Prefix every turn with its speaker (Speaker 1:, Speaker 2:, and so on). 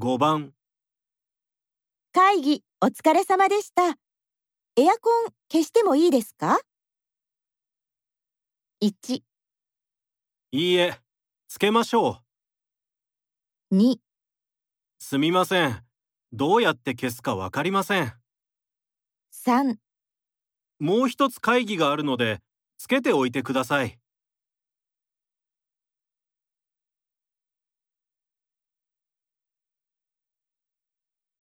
Speaker 1: 5番
Speaker 2: 会議お疲れ様でした。エアコン消してもいいですか ?1、
Speaker 1: いいえつけましょう
Speaker 2: 2、
Speaker 1: すみませんどうやって消すかわかりません
Speaker 2: 3
Speaker 1: もう一つ会議があるのでつけておいてください